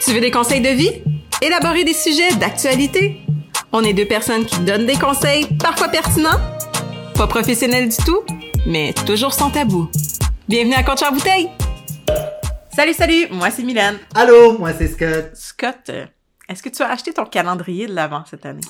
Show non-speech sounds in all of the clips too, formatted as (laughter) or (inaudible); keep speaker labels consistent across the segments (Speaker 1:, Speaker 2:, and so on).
Speaker 1: Tu veux des conseils de vie? Élaborer des sujets d'actualité? On est deux personnes qui donnent des conseils, parfois pertinents, pas professionnels du tout, mais toujours sans tabou. Bienvenue à Coach en bouteille! Salut, salut! Moi, c'est Mylène.
Speaker 2: Allô, moi c'est Scott.
Speaker 1: Scott, euh, est-ce que tu as acheté ton calendrier de l'Avent cette année?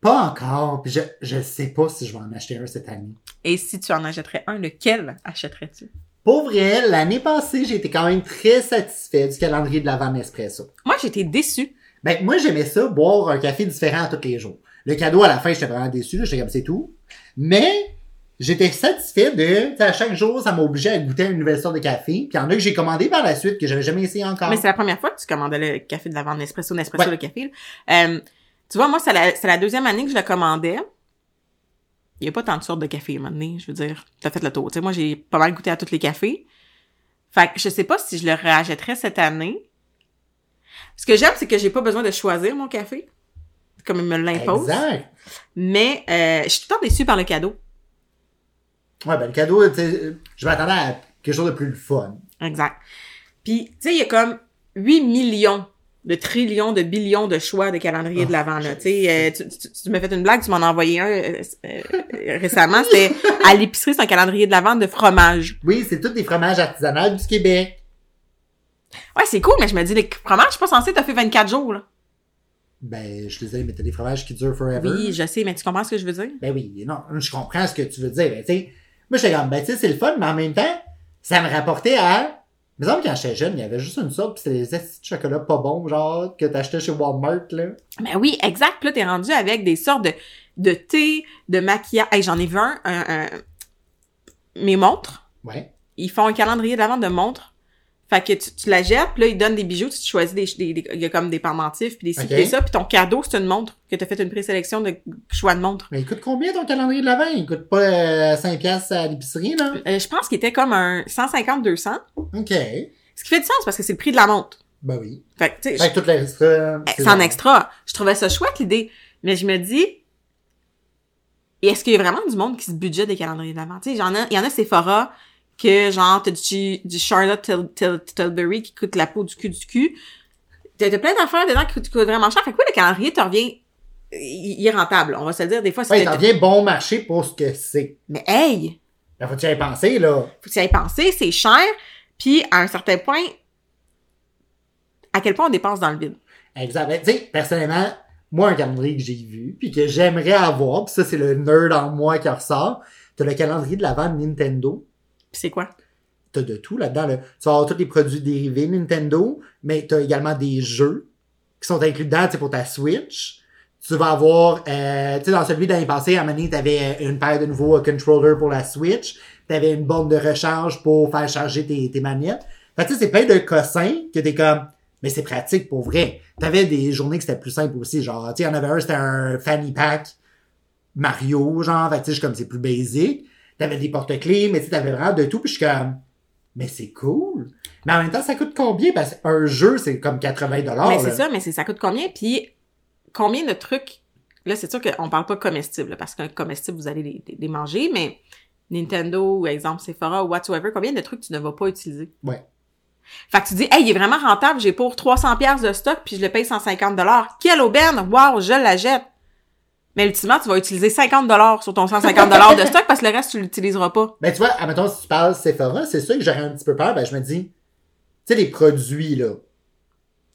Speaker 2: Pas encore, puis je, je sais pas si je vais en acheter un cette année.
Speaker 1: Et si tu en achèterais un, lequel achèterais-tu?
Speaker 2: Pour vrai, l'année passée, j'ai été quand même très satisfait du calendrier de l'avant Nespresso.
Speaker 1: Moi, j'étais déçue.
Speaker 2: Ben, moi, j'aimais ça, boire un café différent à tous les jours. Le cadeau, à la fin, j'étais vraiment déçu, là, j'étais comme c'est tout. Mais, j'étais satisfait de, tu sais, à chaque jour, ça m'a obligé à goûter à une nouvelle sorte de café. Puis il y en a que j'ai commandé par la suite, que j'avais jamais essayé encore.
Speaker 1: Mais c'est la première fois que tu commandais le café de l'Avent Nespresso, Nespresso le café. là. Euh, tu vois, moi, c'est la, c'est la deuxième année que je le commandais. Il n'y a pas tant de sortes de café, à un moment donné, je veux dire. T'as fait le tour. Tu sais, moi, j'ai pas mal goûté à tous les cafés. Fait que je sais pas si je le rachèterais cette année. Ce que j'aime, c'est que j'ai pas besoin de choisir mon café, comme il me l'impose.
Speaker 2: Exact.
Speaker 1: Mais euh, je suis tout le temps déçue par le cadeau.
Speaker 2: Ouais, ben, le cadeau, tu sais, euh, je m'attendais à quelque chose de plus fun.
Speaker 1: Exact. Puis, tu sais, il y a comme 8 millions de trillions, de billions de choix de calendrier de l'avant. Là. Tu, sais, euh, tu, tu, tu m'as fait une blague, tu m'en as envoyé un euh, euh, euh, récemment. C'était à l'épicerie, c'est un calendrier de l'avant de fromage.
Speaker 2: Oui, c'est tous des fromages artisanaux du Québec.
Speaker 1: Ouais, c'est cool, mais je me dis, les fromages, je suis pas censée t'as fait 24 jours. Là.
Speaker 2: Ben, je suis désolé, mais t'as des fromages qui durent forever.
Speaker 1: Oui, je sais, mais tu comprends ce que je veux dire?
Speaker 2: Ben oui, non, je comprends ce que tu veux dire. Ben, tu sais, moi, j'étais comme, ben, tu sais, c'est le fun, mais en même temps, ça me rapportait à. Mais semble quand j'étais jeune, il y avait juste une sorte, pis c'était des astis de chocolat pas bons, genre, que t'achetais chez Walmart, là.
Speaker 1: Ben oui, exact. Puis là, t'es rendu avec des sortes de, de thé, de maquillage. Hey, j'en ai vu un, un- un- mes montres.
Speaker 2: Ouais.
Speaker 1: Ils font un calendrier de l'avant de montres. Fait que tu, tu la jettes, puis là, ils donnent des bijoux, tu te choisis des, des, des- il y a comme des pendentifs, puis des ci,
Speaker 2: Ok.
Speaker 1: puis des ça, puis ton cadeau, c'est une montre, que t'as fait une présélection de choix de montre.
Speaker 2: Mais il coûte combien ton calendrier de l'avant? Il coûte pas euh, 5 piastres à l'épicerie, là?
Speaker 1: Euh, je pense qu'il était comme un 150-200,
Speaker 2: OK.
Speaker 1: ce qui fait du sens, parce que c'est le prix de la montre.
Speaker 2: Ben oui.
Speaker 1: Fait que, tu sais,
Speaker 2: Fait que toute la reste, euh,
Speaker 1: Eh,
Speaker 2: c'est
Speaker 1: C'est en
Speaker 2: bon.
Speaker 1: extra. Je trouvais ça chouette, l'idée. Mais je me dis, est-ce qu'il y a vraiment du monde qui se budget des calendriers de l'Avent? Tu sais, j'en ai- il y en a Sephora que, genre, t'as du, du Charlotte Til- Til- Tilbury qui coûte la peau du cul du cul. T'as t'as plein d'affaires dedans qui coûtent qui coûtent vraiment cher. Fait que oui, le calendrier te revient, il il est rentable. On va se le dire, des fois,
Speaker 2: Ouais,
Speaker 1: c'est...
Speaker 2: il t'en vient bon marché pour ce que c'est.
Speaker 1: Mais hey!
Speaker 2: Ben, faut que tu y aies pensé, là.
Speaker 1: faut que tu y ailles penser, c'est cher. Puis, à un certain point, à quel point on dépense dans le vide?
Speaker 2: Exact. Ben, tu sais, personnellement, moi, un calendrier que j'ai vu, puis que j'aimerais avoir, puis ça, c'est le nerd en moi qui ressort, t'as le calendrier de l'avant de Nintendo.
Speaker 1: Puis c'est quoi?
Speaker 2: T'as de tout là-dedans. là. Tu vas avoir tous les produits dérivés Nintendo, mais t'as également des jeux qui sont inclus dedans, tu sais, pour ta Switch. Tu vas avoir, euh, tu sais, dans celui de l'année passée, à un moment donné, t'avais une paire de nouveaux euh, controllers pour la Switch. T'avais une borne de recharge pour faire charger tes, tes manettes. Fait que tu sais, c'est plein de cossins que t'es comme, mais c'est pratique pour vrai. T'avais des journées que c'était plus simple aussi. Genre, tu sais, il y en avait un, c'était un fanny pack Mario, genre. Fait que tu sais, je suis comme, c'est plus basic. T'avais des porte-clés, mais tu sais, t'avais vraiment de tout. Puis je suis comme, mais c'est cool. Mais en même temps, ça coûte combien? Parce qu'un jeu, c'est comme 80 dollars.
Speaker 1: mais c'est ça, mais c'est ça coûte combien? Puis combien de trucs. Là, c'est sûr qu'on parle pas comestible, là, parce qu'un comestible, vous allez les, les manger, mais Nintendo, ou exemple Sephora, ou whatsoever, combien de trucs tu ne vas pas utiliser?
Speaker 2: Ouais.
Speaker 1: Fait que tu dis, hey, il est vraiment rentable, j'ai pour 300$ piastres de stock, puis je le paye 150$. dollars. Quelle aubaine! Wow, je la jette! Mais ultimement, tu vas utiliser 50$ dollars sur ton 150$ dollars de stock parce que le reste, tu l'utiliseras pas.
Speaker 2: Ben, tu vois, admettons, si tu parles Sephora, c'est sûr que j'aurais un petit peu peur. Ben, je me dis, tu sais, les produits, là,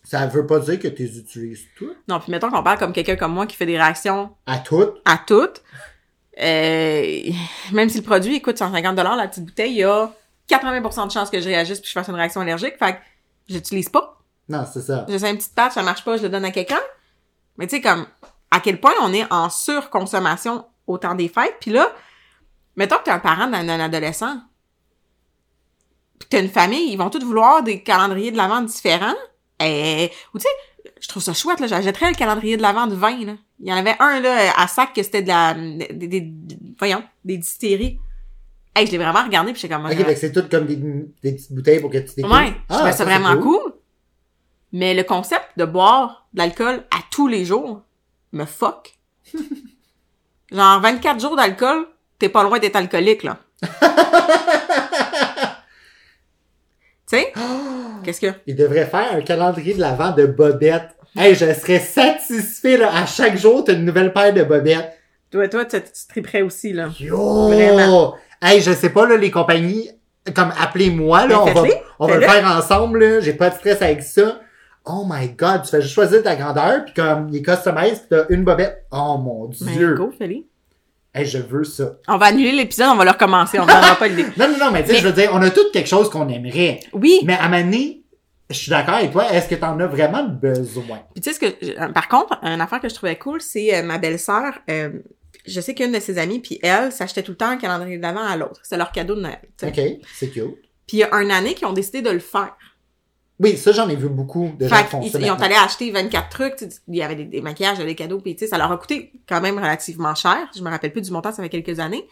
Speaker 2: ça veut pas dire que tu les utilises tous.
Speaker 1: Non, puis mettons qu'on parle comme quelqu'un comme moi qui fait des réactions
Speaker 2: À toutes.
Speaker 1: à toutes. Euh, même si le produit il coûte 150 la petite bouteille, il y a 80 de chances que je réagisse puis que je fasse une réaction allergique. Fait que j'utilise pas.
Speaker 2: Non, c'est ça.
Speaker 1: Je fais une petite patch, ça marche pas, je le donne à quelqu'un. Mais tu sais, comme, à quel point on est en surconsommation au temps des fêtes. Puis là, mettons que t'es un parent d'un d'un adolescent. Puis que t'as une famille, ils vont tous vouloir des calendriers de la vente différents. Et, ou tu sais, je trouve ça chouette, là. J'achèterais le calendrier de la vente 20, là. Il y en avait un, là, à sac, que c'était de la, des, des- voyons, des distilleries. Hey, je l'ai vraiment regardé, puis j'étais comme, moi,
Speaker 2: Ok,
Speaker 1: j'aurais-
Speaker 2: fait que c'est tout comme des, des petites bouteilles pour que tu découvres. Ah,
Speaker 1: Ouais, je trouvais
Speaker 2: ça,
Speaker 1: Ah, ça
Speaker 2: c'est
Speaker 1: vraiment cool. Mais le concept de boire de l'alcool à tous les jours me fuck. (laughs) Genre 24 jours d'alcool, (laughs) t'es pas loin d'être alcoolique là. Tu sais?
Speaker 2: Ah!
Speaker 1: Qu'est-ce que.
Speaker 2: Il devrait faire un calendrier de l'avant de bobettes. Hey, je serais satisfait, là. À chaque jour, t'as une nouvelle paire de bobettes.
Speaker 1: Toi, toi, tu, tu triperais aussi, là.
Speaker 2: Yo!
Speaker 1: Vraiment.
Speaker 2: Hey, je sais pas, là, les compagnies, comme appelez-moi, là,
Speaker 1: Mais
Speaker 2: on va,
Speaker 1: faites-les.
Speaker 2: on va le
Speaker 1: Faites-le.
Speaker 2: faire ensemble, là. J'ai pas de stress avec ça. Oh my god, tu fais juste choisir ta grandeur, puis comme il est customisé, pis t'as une bobette. Oh mon
Speaker 1: Mais
Speaker 2: dieu!
Speaker 1: Ben, go, Félix.
Speaker 2: Hey, je veux ça.
Speaker 1: On va annuler l'épisode, on va le recommencer, (laughs) on n'aura pas l'idée.
Speaker 2: Non, non, non, mais tu sais,
Speaker 1: Mais-
Speaker 2: je veux dire, on a toutes quelque chose qu'on aimerait.
Speaker 1: Oui.
Speaker 2: Mais à Mané, je suis d'accord avec toi, est-ce que t'en as vraiment besoin?
Speaker 1: Puis tu sais ce que je- euh, par contre, une affaire que je trouvais cool, c'est euh, ma belle-sœur. euh, je sais qu'une de ses amies, puis elle, s'achetait tout le temps un calendrier de l'avant à l'autre. C'est leur cadeau de Noël. tu sais.
Speaker 2: Ok, c'est cute.
Speaker 1: Puis il y a une année qu'ils ont décidé de le faire.
Speaker 2: Oui, ça, j'en ai vu beaucoup de gens
Speaker 1: Fait
Speaker 2: qui font
Speaker 1: qu'ils
Speaker 2: ça.
Speaker 1: ils ont
Speaker 2: maintenant.
Speaker 1: allé acheter 24 trucs. tu sais, Il y avait des, des maquillages, il y avait des cadeaux, puis tu sais, ça leur a coûté quand même relativement cher. Je me rappelle plus du montant, ça fait quelques années.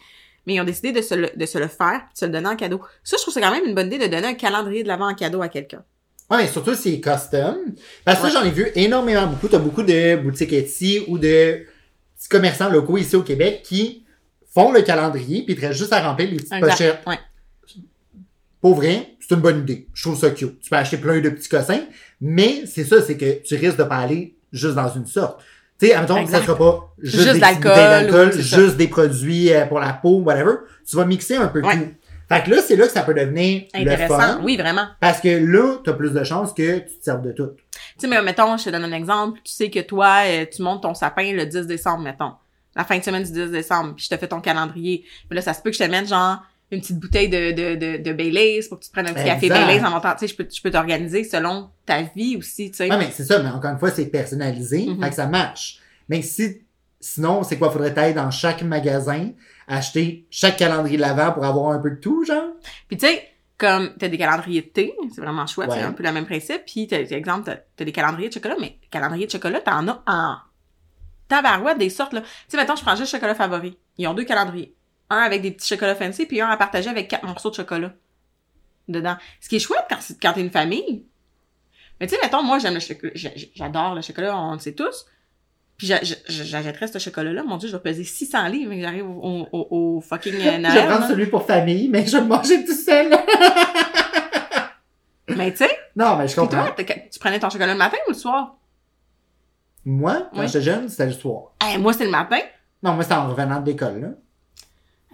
Speaker 1: Mais ils ont décidé de se le, de se le faire, puis de se le donner en cadeau. Ça, je trouve que c'est quand même une bonne idée de donner un calendrier de l'avant en cadeau à quelqu'un.
Speaker 2: Ouais, mais surtout si c'est custom. Parce que
Speaker 1: Ouais.
Speaker 2: ça, j'en ai vu énormément beaucoup. T'as beaucoup de boutiques Etsy ou de petits commerçants locaux ici au Québec qui font le calendrier puis ils te restent juste à remplir les petites pochettes.
Speaker 1: Ouais.
Speaker 2: Pour vrai, c'est une bonne idée. Je trouve ça cute. Tu peux acheter plein de petits cossins, mais c'est ça, c'est que tu risques de pas aller juste dans une sorte. Tu sais, admettons que ça
Speaker 1: Exact.
Speaker 2: sera pas juste,
Speaker 1: Juste
Speaker 2: des
Speaker 1: d'alcool
Speaker 2: petites bouteilles d'alcool,
Speaker 1: ou c'est ça.
Speaker 2: juste des produits euh, pour la peau, whatever. Tu vas mixer un peu
Speaker 1: Ouais.
Speaker 2: tout. Fait que là, c'est là que ça peut devenir le fun.
Speaker 1: Intéressant. Oui, vraiment.
Speaker 2: Parce que là, t'as plus de chances que tu te serves de tout.
Speaker 1: Tu sais, mais mettons, je te donne un exemple. Tu sais que toi, euh, tu montes ton sapin le 10 décembre, mettons. La fin de semaine du 10 décembre, puis je te fais ton calendrier. Puis là, ça se peut que je te mette, genre, une petite bouteille de, de, de, de Baileys pour que tu te prennes un petit café
Speaker 2: Exact.
Speaker 1: Baileys en montant. Tu sais, je peux, je peux t'organiser selon ta vie aussi, tu sais.
Speaker 2: Ouais, mais c'est ça, mais encore une fois, c'est personnalisé,
Speaker 1: Mhm.
Speaker 2: fait que ça marche. Mais si, sinon, c'est quoi? Faudrait être dans chaque magasin, acheter chaque calendrier de l'avant pour avoir un peu de tout, genre?
Speaker 1: Puis tu sais, comme t'as des calendriers de thé, c'est vraiment chouette,
Speaker 2: Ouais.
Speaker 1: c'est un peu le même principe. Puis t'as, t'as exemple, t'as, t'as des calendriers de chocolat, mais calendrier de chocolat, t'en as en tabarouette des sortes là. Tu sais, mettons, je prends juste chocolat favori. Ils ont deux calendriers, un avec des petits chocolats fancy, puis un à partager avec quatre morceaux de chocolat dedans. Ce qui est chouette quand, c'est- quand t'es une famille. Mais tu sais, mettons, moi j'aime le chocolat, j'a- j'adore le chocolat, on le sait tous. Puis j'a- j'a- j'achèterais ce chocolat-là, mon dieu, je vais peser 600 livres mais j'arrive au, au- au- au fucking euh,
Speaker 2: (laughs) je
Speaker 1: Noël.
Speaker 2: vais prendre
Speaker 1: là.
Speaker 2: celui pour famille, mais je vais le manger tout seul.
Speaker 1: Mais tu sais,
Speaker 2: non, mais je
Speaker 1: Puis
Speaker 2: comprends.
Speaker 1: toi, t'as- tu prenais ton chocolat le matin ou le soir?
Speaker 2: Moi, quand
Speaker 1: Oui.
Speaker 2: j'étais jeune, c'était le soir.
Speaker 1: Eh, moi, c'est le matin.
Speaker 2: Non, moi, c'était en revenant de l'école, là.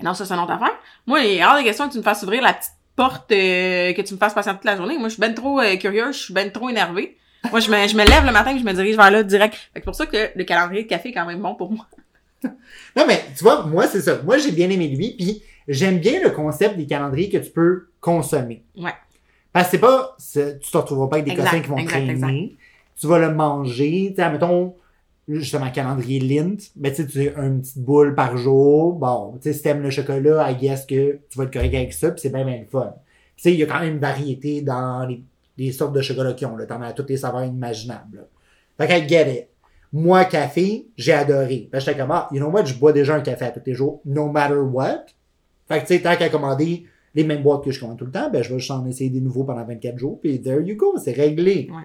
Speaker 1: Eh Non, ça, c'est une autre affaire. Moi, il est hors de question que tu me fasses ouvrir la petite porte, euh, que tu me fasses patienter toute la journée. Moi, je suis ben trop euh, curieuse, je suis ben trop énervée. Moi, je me, je me lève le matin et je me dirige vers là direct. Fait que c'est pour ça que le calendrier de café est quand même bon pour moi.
Speaker 2: Non, mais tu vois, moi, c'est ça. Moi, j'ai bien aimé lui, puis j'aime bien le concept des calendriers que tu peux consommer.
Speaker 1: Ouais.
Speaker 2: Parce que c'est pas, c'est- tu te retrouveras pas avec des
Speaker 1: Exact,
Speaker 2: cossins qui vont
Speaker 1: exact,
Speaker 2: traîner. Tu vas le manger. Tu sais, admettons, justement, calendrier Lint, ben, tu sais, tu as une petite boule par jour. Bon, tu sais, si t'aimes le chocolat, I guess que tu vas te corriger avec ça, puis c'est bien, bien le fun. Tu sais, il y a quand même une variété dans les, les sortes de chocolat qu'ils ont, là. T'en as à toutes les saveurs imaginables, là. Fait que I get it. Moi, café, j'ai adoré. Fait que j'étais comme, ah, you know what, je bois déjà un café à tous les jours, no matter what. Fait que, tu sais, tant qu'à commander les mêmes boîtes que je commande tout le temps, ben, je vais juste en essayer des nouveaux pendant 24 jours, puis there you go, c'est réglé.
Speaker 1: Ouais.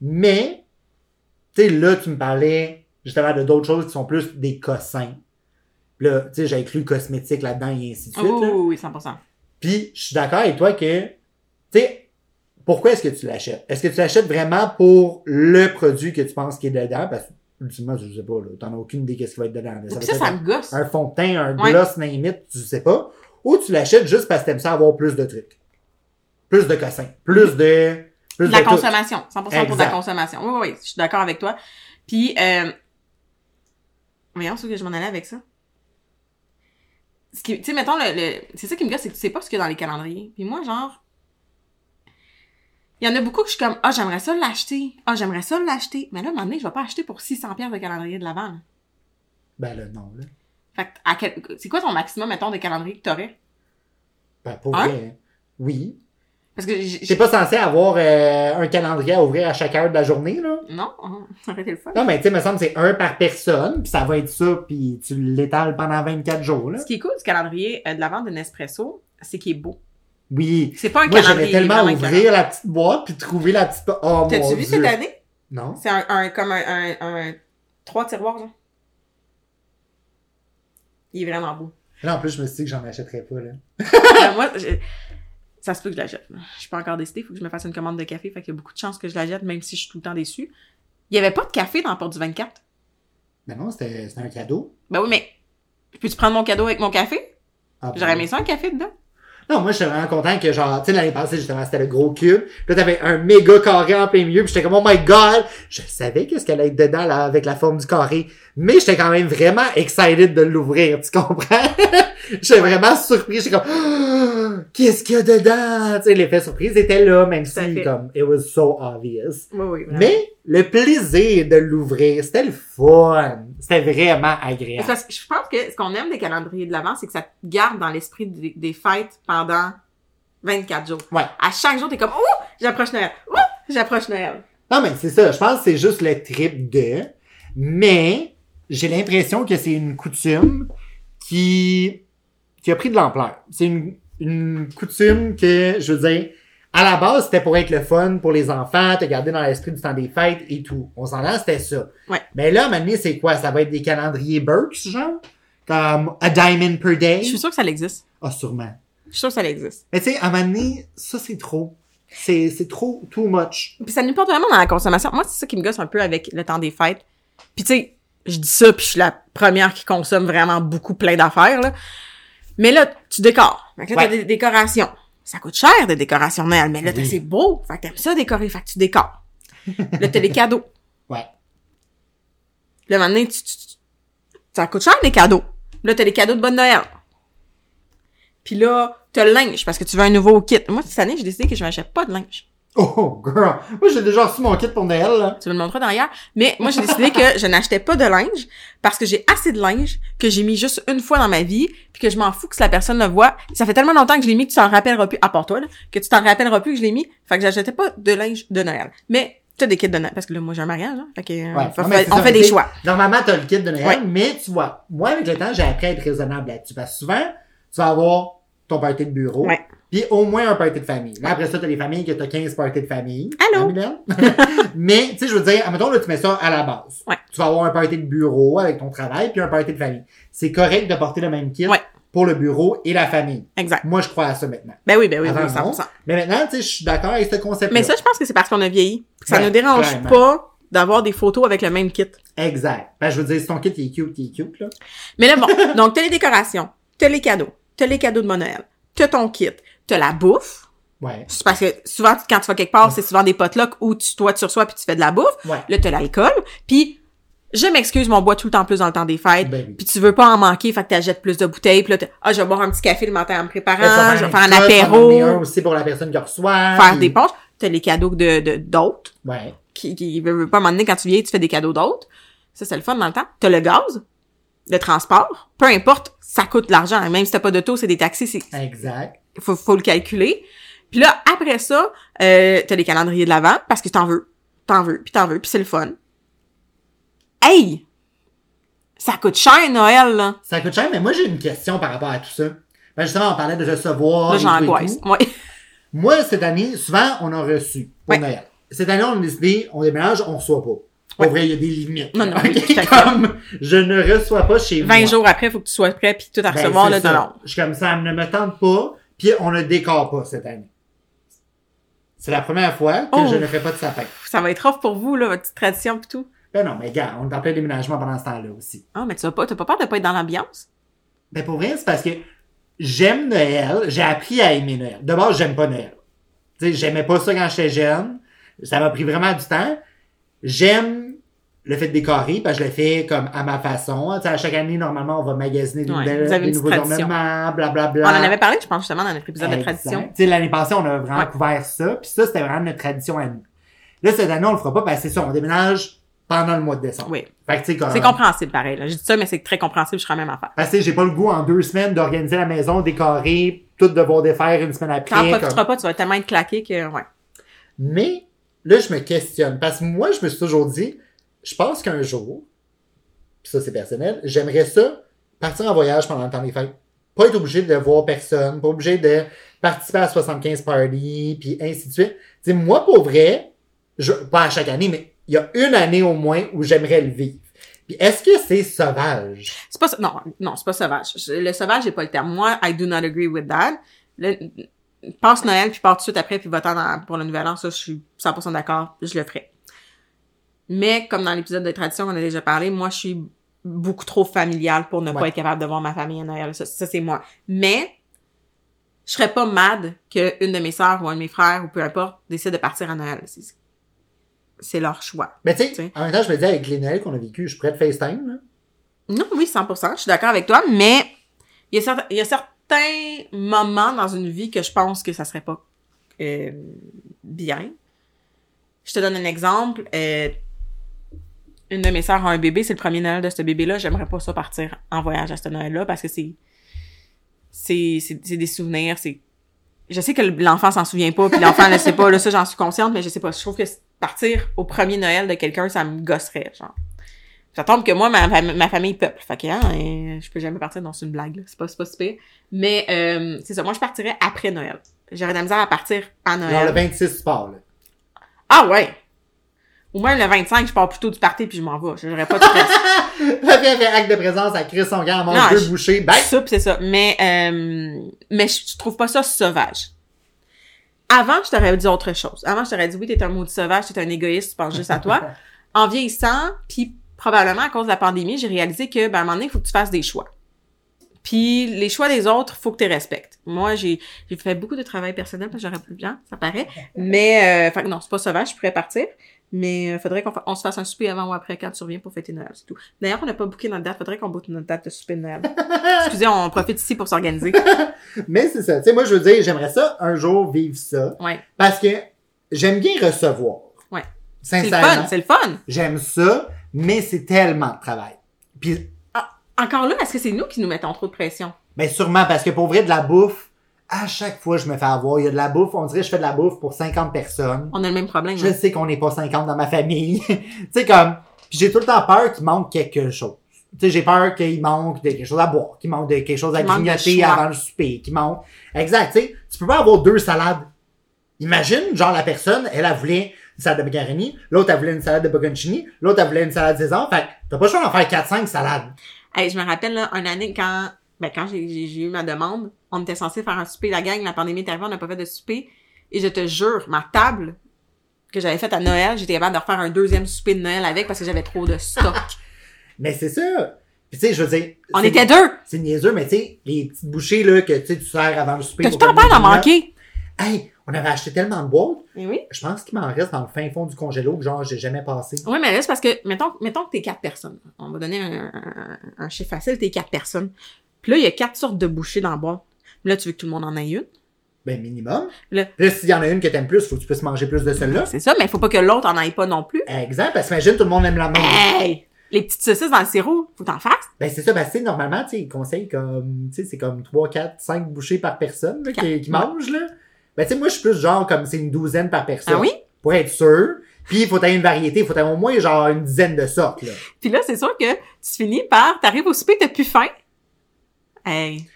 Speaker 2: Mais, tu sais, là, tu me parlais justement de d'autres choses qui sont plus des cossins. Puis Là, tu sais, j'ai inclus cosmétique là-dedans et ainsi de suite.
Speaker 1: Oh,
Speaker 2: là.
Speaker 1: oui, 100%.
Speaker 2: Puis, je suis d'accord avec toi que, tu sais, pourquoi est-ce que tu l'achètes? Est-ce que tu l'achètes vraiment pour le produit que tu penses qu'il est dedans? Parce que, ultimement, je sais pas, là, t'en as aucune idée qu'est-ce qui va être dedans. là.
Speaker 1: Puis
Speaker 2: va
Speaker 1: ça,
Speaker 2: être
Speaker 1: ça me gosse.
Speaker 2: un fond de teint, un
Speaker 1: Ouais.
Speaker 2: gloss, name it, tu sais pas. Ou tu l'achètes juste parce que t'aimes ça avoir plus de trucs. Plus de cossins. Plus de, plus
Speaker 1: De la
Speaker 2: tout.
Speaker 1: consommation. 100% pour de la
Speaker 2: Exact.
Speaker 1: consommation. Oui, oui, oui, je suis d'accord avec toi. Puis, euh... voyons, c'est où que je m'en allais avec ça. Ce qui, tu sais, mettons, le, le- c'est ça qui me gosse, c'est que tu sais pas ce qu'il y a dans les calendriers. Puis moi, genre, il y en a beaucoup que je suis comme, ah, j'aimerais ça l'acheter. Ah, j'aimerais ça l'acheter. Mais là, à un moment donné, je vais pas acheter pour 600 pièces de calendrier de l'avant. là.
Speaker 2: Ben là, non, là.
Speaker 1: Fait que, à quel- c'est quoi ton maximum, mettons, de calendrier que t'aurais?
Speaker 2: Ben, pour
Speaker 1: Hein?
Speaker 2: vrai, hein. Oui.
Speaker 1: Parce que j'ai...
Speaker 2: T'es pas censé avoir euh, un calendrier à ouvrir à chaque heure de la journée, là.
Speaker 1: Non, (laughs) hein, ça aurait été le fun.
Speaker 2: Non, mais tu sais, me semble que c'est un par personne, puis ça va être ça, puis tu l'étales pendant 24 jours, là.
Speaker 1: Ce qui est cool du calendrier euh, de la vente de Nespresso, c'est qu'il est beau.
Speaker 2: Oui.
Speaker 1: C'est pas un
Speaker 2: Moi, j'aurais
Speaker 1: calendrier.
Speaker 2: tellement
Speaker 1: vraiment un calendrier.
Speaker 2: ouvrir la petite boîte, puis trouver la petite... bo- Oh, mon
Speaker 1: T'as-tu
Speaker 2: Dieu.
Speaker 1: vu cette année?
Speaker 2: Non.
Speaker 1: C'est un, un- comme un, un, un- trois tiroirs, genre. Il est vraiment beau. (laughs)
Speaker 2: Là, en plus, je me suis dit que j'en achèterais pas, là.
Speaker 1: Euh, moi, je- Ça se peut que je la jette. Je suis pas encore décidée, faut que je me fasse une commande de café, fait qu'il y a beaucoup de chances que je la jette, même si je suis tout le temps déçue. Il y avait pas de café dans la porte du 24.
Speaker 2: Mais non, c'était c'était un cadeau.
Speaker 1: Ben oui, mais peux-tu prendre mon cadeau avec mon café?
Speaker 2: Ah,
Speaker 1: J'aurais aimé ça un café dedans.
Speaker 2: Non, moi, j'étais vraiment content que, genre, tu sais, l'année passée, justement, c'était le gros cube. Puis Là, t'avais un méga carré en plein milieu. Puis j'étais comme, oh my god! Je savais qu'est-ce qu'elle allait être dedans, là, avec la forme du carré. Mais j'étais quand même vraiment excited de l'ouvrir. Tu comprends? (laughs) j'étais vraiment surpris. J'étais comme, Ah, qu'est-ce qu'il y a dedans? Tu sais, l'effet surprise était là, même
Speaker 1: Tout à
Speaker 2: si,
Speaker 1: fait.
Speaker 2: comme, it was so obvious.
Speaker 1: Oui, oui. vraiment.
Speaker 2: Mais le plaisir de l'ouvrir, c'était le fun. C'était vraiment
Speaker 1: Mais c'est
Speaker 2: agréable.
Speaker 1: parce que je pense que ce qu'on aime des calendriers de l'Avent, c'est que ça te garde dans l'esprit des, des fêtes pendant 24 jours.
Speaker 2: Ouais.
Speaker 1: À chaque jour, t'es comme, oh, j'approche Noël. Oh, j'approche Noël.
Speaker 2: Non, mais c'est ça. Je pense que c'est juste le trip de. Mais j'ai l'impression que c'est une coutume qui, qui a pris de l'ampleur. C'est une, une coutume que, je veux dire, à la base, c'était pour être le fun pour les enfants, te garder dans l'esprit du temps des fêtes et tout. On s'en lance, c'était ça.
Speaker 1: Ouais.
Speaker 2: Mais là, maintenant, c'est quoi? Ça va être des calendriers Burks, genre? Comme a diamond per day?
Speaker 1: Je suis sûre que ça existe.
Speaker 2: Ah, sûrement.
Speaker 1: Je suis sûre que ça existe.
Speaker 2: Mais tu sais, à un moment donné, ça, c'est trop. C'est c'est trop, too much.
Speaker 1: Puis ça nous porte vraiment dans la consommation. Moi, c'est ça qui me gosse un peu avec le temps des fêtes. Puis tu sais, je dis ça, puis je suis la première qui consomme vraiment beaucoup plein d'affaires, là. Mais là, tu décores. Fait que là, t'as
Speaker 2: Ouais.
Speaker 1: des décorations. Ça coûte cher, des décorations de Noël, mais là, t'as-
Speaker 2: Oui.
Speaker 1: c'est beau. Fait que t'aimes ça décorer, fait que tu (laughs) décores. là, t'as les cadeaux.
Speaker 2: Ouais.
Speaker 1: Là, maintenant, tu, tu- tu- ça coûte cher, les cadeaux. Là, t'as les cadeaux de Bonne Noël. Puis là, t'as le linge parce que tu veux un nouveau kit. Moi, cette année, j'ai décidé que je m'achète pas de linge.
Speaker 2: Oh, girl! Moi, j'ai déjà reçu mon kit pour Noël, là.
Speaker 1: Tu me le montreras derrière. Mais moi, j'ai décidé que je n'achetais pas de linge parce que j'ai assez de linge que j'ai mis juste une fois dans ma vie puis que je m'en fous que si la personne le voit. Ça fait tellement longtemps que je l'ai mis que tu t'en rappelleras plus, à part toi, là, que tu t'en rappelleras plus que je l'ai mis. Fait que j'achetais pas de linge de Noël. Mais t'as des kits de Noël parce que là, moi, j'ai un mariage. Hein, fait que, euh,
Speaker 2: Ouais,
Speaker 1: faut-
Speaker 2: non, mais
Speaker 1: fait-
Speaker 2: c'est
Speaker 1: on
Speaker 2: ça,
Speaker 1: fait des
Speaker 2: c'est-
Speaker 1: choix.
Speaker 2: Normalement, t'as le kit de Noël,
Speaker 1: Ouais.
Speaker 2: mais tu vois, moi, avec le temps, j'ai appris à être raisonnable là-dessus. Parce que souvent, tu vas avoir ton party de bureau,
Speaker 1: Ouais.
Speaker 2: puis au moins un party de famille. Là, après ça, t'as les familles que t'as 15 parties de famille.
Speaker 1: Allô?
Speaker 2: Hein, Mylène? (laughs) mais, tu sais, je veux dire, admettons, là, tu mets ça à la base.
Speaker 1: Ouais.
Speaker 2: Tu vas avoir un party de bureau avec ton travail, puis un party de famille. C'est correct de porter le même kit
Speaker 1: Ouais.
Speaker 2: pour le bureau et la famille.
Speaker 1: Exact.
Speaker 2: Moi, je crois à ça maintenant.
Speaker 1: Ben oui, ben oui,
Speaker 2: Avant,
Speaker 1: oui,
Speaker 2: non.
Speaker 1: 100%.
Speaker 2: Mais maintenant, tu sais, je suis d'accord avec ce concept-là.
Speaker 1: Mais ça, je pense que c'est parce qu'on a vieilli. Ça
Speaker 2: Ouais,
Speaker 1: ne dérange
Speaker 2: Ben, clairement.
Speaker 1: pas d'avoir des photos avec le même kit.
Speaker 2: Exact. Ben, je veux dire, si ton kit il est cute, il est cute, là.
Speaker 1: Mais
Speaker 2: (laughs)
Speaker 1: là, bon, donc t'as les décorations, t'as les cadeaux, t'as les cadeaux de mon Noël, t'as ton kit, t'as la bouffe.
Speaker 2: Ouais.
Speaker 1: C'est parce que souvent, quand tu vas quelque part, c'est souvent des potlucks où tu, toi, tu reçois puis tu fais de la bouffe.
Speaker 2: Ouais.
Speaker 1: Là, t'as l'alcool. Puis, je m'excuse, mais on boit tout le temps plus dans le temps des fêtes.
Speaker 2: Ben oui.
Speaker 1: Puis tu veux pas en manquer, fait que t'achètes plus de bouteilles. Puis là, t'as- ah, je vais boire un petit café le matin en me préparant,
Speaker 2: Ben, Ça,
Speaker 1: Ah, je
Speaker 2: ça
Speaker 1: vais faire un
Speaker 2: cote,
Speaker 1: apéro,
Speaker 2: en donner un aussi pour la personne qui reçoit.
Speaker 1: faire
Speaker 2: puis-
Speaker 1: des ponches. T'as les cadeaux de de- d'autres.
Speaker 2: Ouais.
Speaker 1: qui, qui veut, veut pas m'emmener quand tu vieillis, tu fais des cadeaux d'autres. Ça, c'est le fun dans le temps. T'as le gaz, le transport, peu importe, ça coûte de l'argent. Même si t'as pas de taux, c'est des taxis, c'est,
Speaker 2: Exact.
Speaker 1: faut, faut le calculer. Puis là, après ça, euh, t'as les calendriers de l'avant parce que t'en veux, t'en veux, puis t'en veux, puis c'est le fun. Hey! Ça coûte cher Noël, là.
Speaker 2: Ça coûte cher, mais moi, j'ai une question par rapport à tout ça. Ben, justement, on parlait de recevoir.
Speaker 1: Là,
Speaker 2: et tout et
Speaker 1: j'angoisse.
Speaker 2: tout.
Speaker 1: Ouais.
Speaker 2: Moi, cette année, souvent, on a reçu pour
Speaker 1: Ouais.
Speaker 2: Noël. Cette année, on a décidé, on déménage, on reçoit pas. Pour
Speaker 1: Ouais.
Speaker 2: vrai, il y a des limites.
Speaker 1: Non, non,
Speaker 2: Ok,
Speaker 1: oui, tout à fait.
Speaker 2: comme je ne reçois pas chez
Speaker 1: 20
Speaker 2: moi.
Speaker 1: jours après, faut que tu sois prêt puis tout à
Speaker 2: Ben,
Speaker 1: recevoir,
Speaker 2: c'est
Speaker 1: là,
Speaker 2: ça.
Speaker 1: de long.
Speaker 2: Je suis comme ça, ne me tente pas, puis on ne décore pas cette année. C'est la première fois que
Speaker 1: Oh.
Speaker 2: je ne fais pas de sapin.
Speaker 1: Ça va être off pour vous, là, votre petite tradition pis tout.
Speaker 2: Ben non, mais gars, on est en plein déménagement pendant ce temps-là aussi.
Speaker 1: Ah, mais tu vas pas, t'as pas peur de pas être dans l'ambiance?
Speaker 2: Ben pour vrai, c'est parce que j'aime Noël, j'ai appris à aimer Noël. D'abord, j'aime pas Noël. Tu sais, j'aimais pas ça quand j'étais jeune. Ça m'a pris vraiment du temps. J'aime le fait de décorer, parce que je le fais comme à ma façon. Tu sais, à chaque année, normalement, on va magasiner des,
Speaker 1: Ouais,
Speaker 2: nouvelles-
Speaker 1: vous avez
Speaker 2: des
Speaker 1: une
Speaker 2: nouveaux
Speaker 1: petite tradition.
Speaker 2: ornements, blablabla.
Speaker 1: On en avait parlé, je pense, justement, dans notre épisode de
Speaker 2: Exact.
Speaker 1: tradition.
Speaker 2: Tu sais, l'année passée, on a vraiment
Speaker 1: Ouais.
Speaker 2: couvert ça. Puis ça, c'était vraiment notre tradition à nous. Là, cette année, on le fera pas parce que c'est ça, on déménage pendant le mois de décembre.
Speaker 1: Oui.
Speaker 2: Fait que, tu sais, comme-
Speaker 1: C'est compréhensible, pareil. Là. Je dis ça, mais c'est très compréhensible, je serais même à faire.
Speaker 2: Parce que j'ai pas le goût en deux semaines d'organiser la maison, décorer, tout devoir défaire une semaine
Speaker 1: T'en
Speaker 2: après.
Speaker 1: profiteras
Speaker 2: comme-
Speaker 1: pas, tu vas tellement être claqué que, ouais.
Speaker 2: Mais là, je me questionne. Parce que moi, je me suis toujours dit, je pense qu'un jour, pis ça c'est personnel, j'aimerais ça partir en voyage pendant le temps des fêtes. Pas être obligé de voir personne, pas obligé de participer à 75 parties, puis ainsi de suite. Tu sais, moi, pour vrai, je, pas à chaque année, mais il y a une année au moins où j'aimerais le vivre. Puis est-ce que c'est sauvage?
Speaker 1: C'est pas, ça- non, non, c'est pas sauvage. Je- Le sauvage, j'ai pas le terme. Moi, I do not agree with that. Le- passe Noël, puis part tout de suite après, puis va-t'en dans- pour le nouvel an, ça, je suis 100% d'accord, je le ferai. Mais, comme dans l'épisode des traditions qu'on a déjà parlé, moi, je suis beaucoup trop familiale pour ne pas
Speaker 2: Ouais.
Speaker 1: être capable de voir ma famille à Noël. Ça, ça, c'est moi. Mais, je serais pas mad qu'une de mes sœurs ou un de mes frères, ou peu importe, décide de partir à Noël. C'est- C'est leur choix.
Speaker 2: Mais tu
Speaker 1: T'sais.
Speaker 2: sais, en même temps, je me dis, avec les Noëls qu'on a vécu, je suis prêt de FaceTime, là.
Speaker 1: Non, oui, 100%, je suis d'accord avec toi, mais il y, a certain- il y a certains moments dans une vie que je pense que ça serait pas euh, bien. Je te donne un exemple. euh, une de mes sœurs a un bébé, c'est le premier Noël de ce bébé-là. J'aimerais pas ça partir en voyage à ce Noël-là parce que c'est c'est c'est c'est des souvenirs. C'est je sais que l'enfant s'en souvient pas, puis l'enfant ne sait pas. Là, ça, j'en suis consciente, mais je sais pas. Je trouve que partir au premier Noël de quelqu'un, ça me gosserait, genre. Ça tombe que moi, ma, fam- ma famille peuple. Fait que, hein, euh, je peux jamais partir, non, c'est une blague, là. C'est pas, c'est pas si pire. Mais, euh, c'est ça. Moi, je partirais après Noël. J'aurais de la misère à partir à Noël.
Speaker 2: Genre, le 26, tu pars, là. (laughs)
Speaker 1: Ah ouais! Ou même le 25, je pars plutôt du party puis je m'en vais. Je n'aurais pas de stress.
Speaker 2: La fille, elle fait acte de présence, elle crée son gars, elle mange
Speaker 1: Non,
Speaker 2: deux
Speaker 1: je-
Speaker 2: bouchées, bang!
Speaker 1: ça, puis c'est ça. Mais, euh, mais je je trouve pas ça sauvage. Avant, je t'aurais dit autre chose. Avant, je t'aurais dit, oui, t'es un maudit sauvage, t'es un égoïste, tu penses juste à toi. En vieillissant, puis probablement à cause de la pandémie, j'ai réalisé que, ben, à un moment donné, il faut que tu fasses des choix. Puis les choix des autres, faut que tu les respectes. Moi, j'ai j'ai fait beaucoup de travail personnel parce que j'aurais plus bien, ça paraît. Mais, euh, fait que non, c'est pas sauvage, je pourrais partir. Mais euh, faudrait qu'on fa- on se fasse un souper avant ou après quand tu reviens pour fêter Noël, c'est tout. D'ailleurs, on n'a pas booké notre date, faudrait qu'on booke notre date de souper de Noël. Excusez, on profite ici pour
Speaker 2: (laughs)
Speaker 1: s'organiser.
Speaker 2: Mais c'est ça. Tu sais, moi, je veux dire, j'aimerais ça un jour vivre ça.
Speaker 1: Ouais.
Speaker 2: Parce que j'aime bien recevoir.
Speaker 1: Ouais. C'est le fun,
Speaker 2: Sincèrement.
Speaker 1: c'est le fun.
Speaker 2: J'aime ça, mais c'est tellement de travail. Puis,
Speaker 1: Encore là, est-ce que c'est nous qui nous mettons trop de pression?
Speaker 2: ben, sûrement, parce que pour vrai, de la bouffe, à chaque fois, je me fais avoir. Il y a de la bouffe, on dirait que je fais de la bouffe pour 50 personnes.
Speaker 1: On a le même problème.
Speaker 2: Je
Speaker 1: hein.
Speaker 2: sais qu'on n'est pas 50 dans ma famille. (laughs) tu sais, comme, puis j'ai tout le temps peur qu'il manque quelque chose. Tu sais, j'ai peur qu'il manque de quelque chose à boire, qu'il manque de quelque chose à
Speaker 1: Qu'il manque de
Speaker 2: grignoter
Speaker 1: choix.
Speaker 2: avant le souper, qu'il manque. Exact, tu sais, tu peux pas avoir deux salades. Imagine, genre, la personne, elle, elle voulait une salade de macaroni, l'autre, elle voulait une salade de bocconcini, l'autre, elle voulait une salade César. Fait que t'as pas le choix d'en faire 4-5 salades.
Speaker 1: Hey, je me rappelle, là, une année, quand, ben, quand j'ai- j'ai j'ai eu ma demande, on était censé faire un souper, la gang, la pandémie est arrivée, on n'a pas fait de souper. Et je te jure, ma table que j'avais faite à Noël, j'étais capable de refaire un deuxième souper de Noël avec parce que j'avais trop de
Speaker 2: (laughs)
Speaker 1: stock.
Speaker 2: Mais c'est ça. Puis tu sais, je veux dire...
Speaker 1: on
Speaker 2: c'est-
Speaker 1: était deux!
Speaker 2: C'est niaiseux, mais tu sais, les petites bouchées, là, que tu sais, tu sers avant le souper.
Speaker 1: T'as tout
Speaker 2: pour
Speaker 1: le temps
Speaker 2: tout le
Speaker 1: peur d'en
Speaker 2: monde, là.
Speaker 1: manquer!
Speaker 2: Hey, on avait acheté tellement de boîtes,
Speaker 1: Eh oui?
Speaker 2: Je pense qu'il m'en reste dans le fin fond du congélo que genre j'ai jamais passé.
Speaker 1: Oui, mais là, c'est parce que, mettons, mettons que t'es quatre personnes. On va donner un, un- un chiffre facile, t'es quatre personnes. Puis là, il y a quatre sortes de bouchées dans le boîte. Là, tu veux que tout le monde en ait une.
Speaker 2: Ben minimum.
Speaker 1: Le-
Speaker 2: Là, s'il y en a une que t'aimes plus, faut que tu puisses manger plus de celle-là.
Speaker 1: C'est ça, mais il faut pas que l'autre en aille pas non plus.
Speaker 2: Exact, parce que imagine tout le monde aime la même.
Speaker 1: Hey! Les petites saucisses dans le sirop, faut t'en fasses.
Speaker 2: Ben c'est ça, ben c'est normalement, tu sais, ils conseillent comme, tu sais, c'est comme 3, 4, 5 bouchées par personne là, qui, qui
Speaker 1: Ouais.
Speaker 2: mangent, là. Ben tu sais, moi je suis plus genre comme c'est une douzaine par personne.
Speaker 1: Ah oui?
Speaker 2: Pour être sûr. Puis il faut avoir une variété, il faut avoir au moins genre une dizaine de sortes, là.
Speaker 1: Puis là, c'est sûr que tu finis par, t'arrives au souper, t'as plus faim. Hey.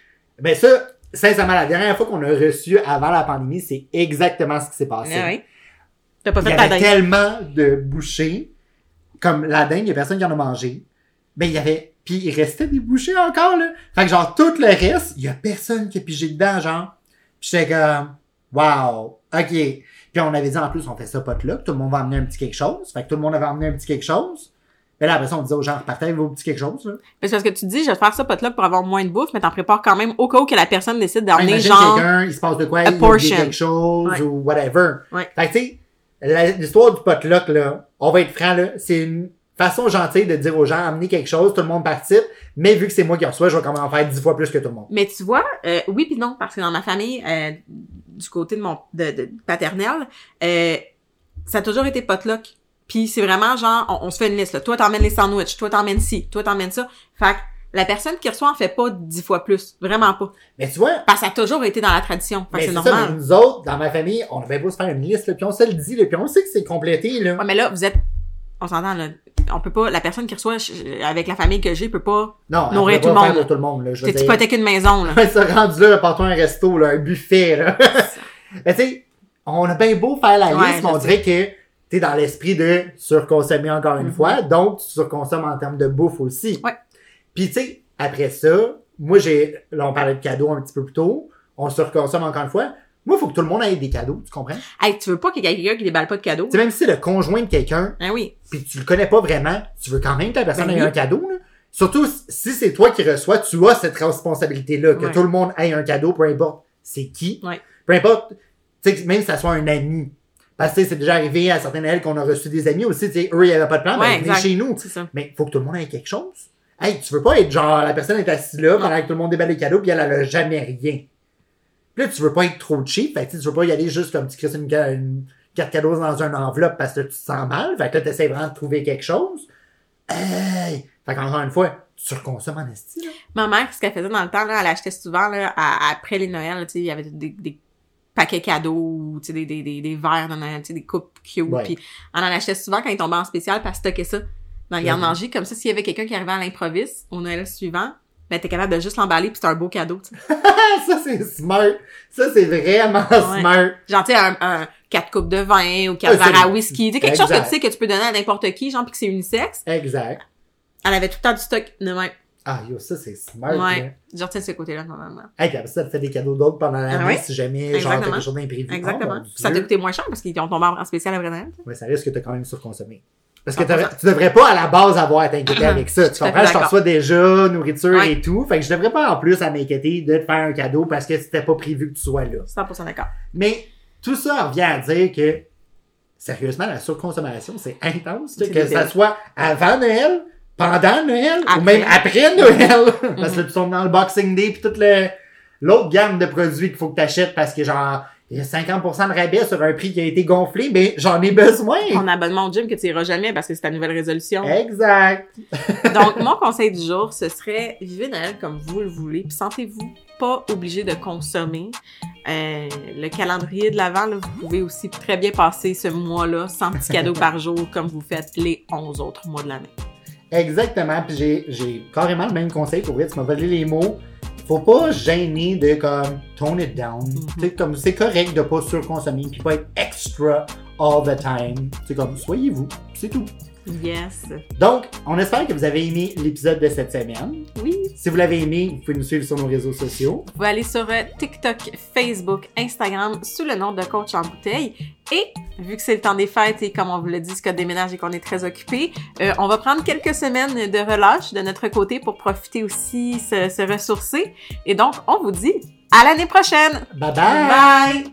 Speaker 2: Ben ça, sincèrement, la dernière fois qu'on a reçu avant la pandémie, c'est exactement ce qui s'est passé.
Speaker 1: Ah oui. T'as pas
Speaker 2: Il y
Speaker 1: fait ta
Speaker 2: avait
Speaker 1: date.
Speaker 2: tellement de bouchées. Comme la dinde, il n'y a personne qui en a mangé. Mais il y avait. Puis il restait des bouchées encore, là. Fait que genre, tout le reste, il y a personne qui a pigé dedans, genre. Puis j'étais comme, wow, OK. Puis on avait dit en plus, on fait ça pote là, tout le monde va emmener un petit quelque chose. Fait que tout le monde avait emmené un petit quelque chose. Mais là, après ça, on disait aux gens, repartez avec vos petits quelque chose, là.
Speaker 1: Mais c'est parce que tu te dis, je vais faire ça pot-là pour avoir moins de bouffe, mais t'en prépares quand même au cas où que la personne décide d'emmener
Speaker 2: Imagine
Speaker 1: genre.
Speaker 2: quelqu'un, il se passe de quoi, il oublie
Speaker 1: portion.
Speaker 2: quelque chose
Speaker 1: Ouais.
Speaker 2: ou whatever.
Speaker 1: Ouais.
Speaker 2: Fait que tu sais, la- l'histoire du potluck, là, on va être franc, là, c'est une façon gentille de dire aux gens, amenez quelque chose, tout le monde participe, mais vu que c'est moi qui en reçois, je vais quand même en faire dix fois plus que tout le monde.
Speaker 1: Mais tu vois, euh, oui puis non, parce que dans ma famille, euh, du côté de mon de, de paternel, euh, ça a toujours été potluck. Puis c'est vraiment genre, on, on se fait une liste. Là. Toi, t'emmènes les sandwichs, toi, t'emmènes ci, toi, t'emmènes ça. Fait que la personne qui reçoit en fait pas dix fois plus. Vraiment pas.
Speaker 2: Mais tu vois,
Speaker 1: Parce que ça a toujours été dans la tradition. Fait
Speaker 2: mais
Speaker 1: que
Speaker 2: c'est
Speaker 1: c'est
Speaker 2: ça, mais
Speaker 1: normal.
Speaker 2: nous autres, dans ma famille, on avait beau se faire une liste, là, puis on se le dit, là, puis on sait que c'est complété, là.
Speaker 1: Ouais, mais là, vous êtes... On s'entend, là. On peut pas... La personne qui reçoit je- je- avec la famille que j'ai peut pas...
Speaker 2: Non, on
Speaker 1: Nourrir
Speaker 2: va
Speaker 1: tout le
Speaker 2: pas
Speaker 1: monde.
Speaker 2: faire pour tout le monde, là, je veux
Speaker 1: T'es
Speaker 2: dire.
Speaker 1: hypothèque une maison, là.
Speaker 2: (laughs) Ouais, ça rendu là, partout un resto, là, un
Speaker 1: (laughs)
Speaker 2: buffet, là. Mais tu sais, on a bien beau faire la
Speaker 1: Ouais,
Speaker 2: liste, mais
Speaker 1: je
Speaker 2: on dirait que t'es dans l'esprit de surconsommer encore une
Speaker 1: Mhm.
Speaker 2: fois, donc tu surconsommes en termes de bouffe aussi.
Speaker 1: Ouais.
Speaker 2: Puis tu sais, après ça, moi j'ai, là on parlait de cadeaux un petit peu plus tôt, on surconsomme encore une fois. Moi, il faut que tout le monde ait des cadeaux, tu comprends?
Speaker 1: Hey, tu veux pas qu'il y ait quelqu'un qui déballe pas de cadeaux?
Speaker 2: Tu sais, même si c'est le conjoint de quelqu'un,
Speaker 1: Ah oui.
Speaker 2: puis tu le connais pas vraiment, tu veux quand même que la personne
Speaker 1: Ben
Speaker 2: ait
Speaker 1: oui.
Speaker 2: un cadeau, là. Surtout si c'est toi qui reçois, tu as cette responsabilité-là, que
Speaker 1: Ouais.
Speaker 2: tout le monde ait un cadeau, peu importe c'est qui.
Speaker 1: Ouais.
Speaker 2: Peu importe, tu sais, même si ça soit un ami. Parce que tu sais, c'est déjà arrivé à certaines d'elles qu'on a reçu des amis aussi, tu sais, eux, ils avaient pas de plan,
Speaker 1: Ouais,
Speaker 2: mais ils venaient
Speaker 1: exact.
Speaker 2: chez nous.
Speaker 1: C'est ça.
Speaker 2: Mais faut que tout le monde ait quelque chose. Hey, tu veux pas être genre, la personne est assise là, pendant que tout le monde déballe les cadeaux, puis elle, elle a jamais rien. Puis là, tu veux pas être trop cheap, fait que tu sais, tu veux pas y aller juste comme tu crisses une, ca- une carte cadeau dans une enveloppe parce que tu te sens mal, fait que là, t'essaies vraiment de trouver quelque chose. Hey! Fait qu'encore une fois, tu surconsommes en esti, là.
Speaker 1: Ma mère, ce qu'elle faisait dans le temps, là, elle achetait souvent là, à- après les Noëls, tu sais, il y avait des, des paquets cadeaux, ou, tu sais, des, des, des, des verres de Noël, tu sais, des coupes cute.
Speaker 2: Ouais.
Speaker 1: Puis elle en achetait souvent quand il tombait en spécial, puis elle stockait ça dans le garde-manger. Comme ça, s'il y avait quelqu'un qui arrivait à l'improviste au Noël suivant, ben t'es capable de juste l'emballer, puis c'est un beau cadeau. tu sais.
Speaker 2: Ah, ça, c'est smart! Ça, c'est vraiment
Speaker 1: Ouais.
Speaker 2: smart!
Speaker 1: Genre, tu sais, un, un- quatre coupes de vin ou quatre
Speaker 2: Ouais, Ah, c'est
Speaker 1: verres à
Speaker 2: le-
Speaker 1: whisky. Tu sais, quelque chose que
Speaker 2: Exact.
Speaker 1: tu sais que tu peux donner à n'importe qui, genre, puis que c'est unisexe.
Speaker 2: Exact.
Speaker 1: Elle avait tout le temps du stock de même.
Speaker 2: Ah, yo, ça, c'est smart, là.
Speaker 1: Ouais. Genre, tu sais, ce côté-là, normalement.
Speaker 2: Hey, puis après ça, tu fais des cadeaux d'autres pendant l'année
Speaker 1: Ah ouais?
Speaker 2: si jamais, genre, t'as
Speaker 1: Exactement.
Speaker 2: quelque chose d'imprévu. Oh,
Speaker 1: Exactement.
Speaker 2: mon
Speaker 1: ça t'a
Speaker 2: Dieu.
Speaker 1: coûté moins cher parce qu'ils ont tombé en spécial après Noël.
Speaker 2: mais ça risque que t'as quand même surconsommé. Parce que
Speaker 1: 100%.
Speaker 2: t'aurais- tu devrais pas à la base avoir à t'inquiéter avec ça. Tu
Speaker 1: Tout à fait
Speaker 2: comprends? Je t'en
Speaker 1: Ah, d'accord.
Speaker 2: reçois déjà, nourriture
Speaker 1: Ouais.
Speaker 2: et tout. Fait que je devrais pas en plus à m'inquiéter de te faire un cadeau parce que c'était pas prévu que tu sois là.
Speaker 1: 100% d'accord.
Speaker 2: Mais tout ça revient à dire que, sérieusement, la surconsommation, c'est intense. là,
Speaker 1: C'est
Speaker 2: que ça
Speaker 1: débile.
Speaker 2: soit avant Noël, pendant Noël, ou
Speaker 1: Après.
Speaker 2: même
Speaker 1: (laughs)
Speaker 2: après Noël. parce que là, tu tombes dans le Boxing Day, puis toute le- l'autre gamme de produits qu'il faut que tu achètes parce que, genre, il y a 50% de rabais sur un prix qui a été gonflé, mais j'en ai besoin.
Speaker 1: Ton abonnement au gym que tu iras jamais parce que c'est ta nouvelle résolution.
Speaker 2: Exact.
Speaker 1: (laughs) Donc, mon conseil du jour, ce serait vivez Noël comme vous le voulez, puis sentez-vous pas obligé de consommer. Euh, le calendrier de l'avant, vous pouvez aussi très bien passer ce mois-là sans petit cadeau par jour comme vous faites les 11 autres mois de l'année.
Speaker 2: Exactement. Puis j'ai- j'ai carrément le même conseil pour vrai. Tu m'as volé les mots. Faut pas gêner de comme tone it down.
Speaker 1: Mhm.
Speaker 2: Tu sais, comme c'est correct de pas surconsommer puis pas être extra all the time. C'est comme soyez vous, c'est tout.
Speaker 1: Yes.
Speaker 2: Donc, on espère que vous avez aimé l'épisode de cette semaine.
Speaker 1: Oui.
Speaker 2: Si vous l'avez aimé, vous pouvez nous suivre sur nos réseaux sociaux.
Speaker 1: Vous pouvez aller sur euh, TikTok, Facebook, Instagram sous le nom de Coach en bouteille. Et vu que c'est le temps des fêtes et comme on vous le dit, Scott déménage et qu'on est très occupé, euh, on va prendre quelques semaines de relâche de notre côté pour profiter aussi, se, se ressourcer. Et donc, on vous dit à l'année prochaine!
Speaker 2: Bye bye.
Speaker 1: Bye.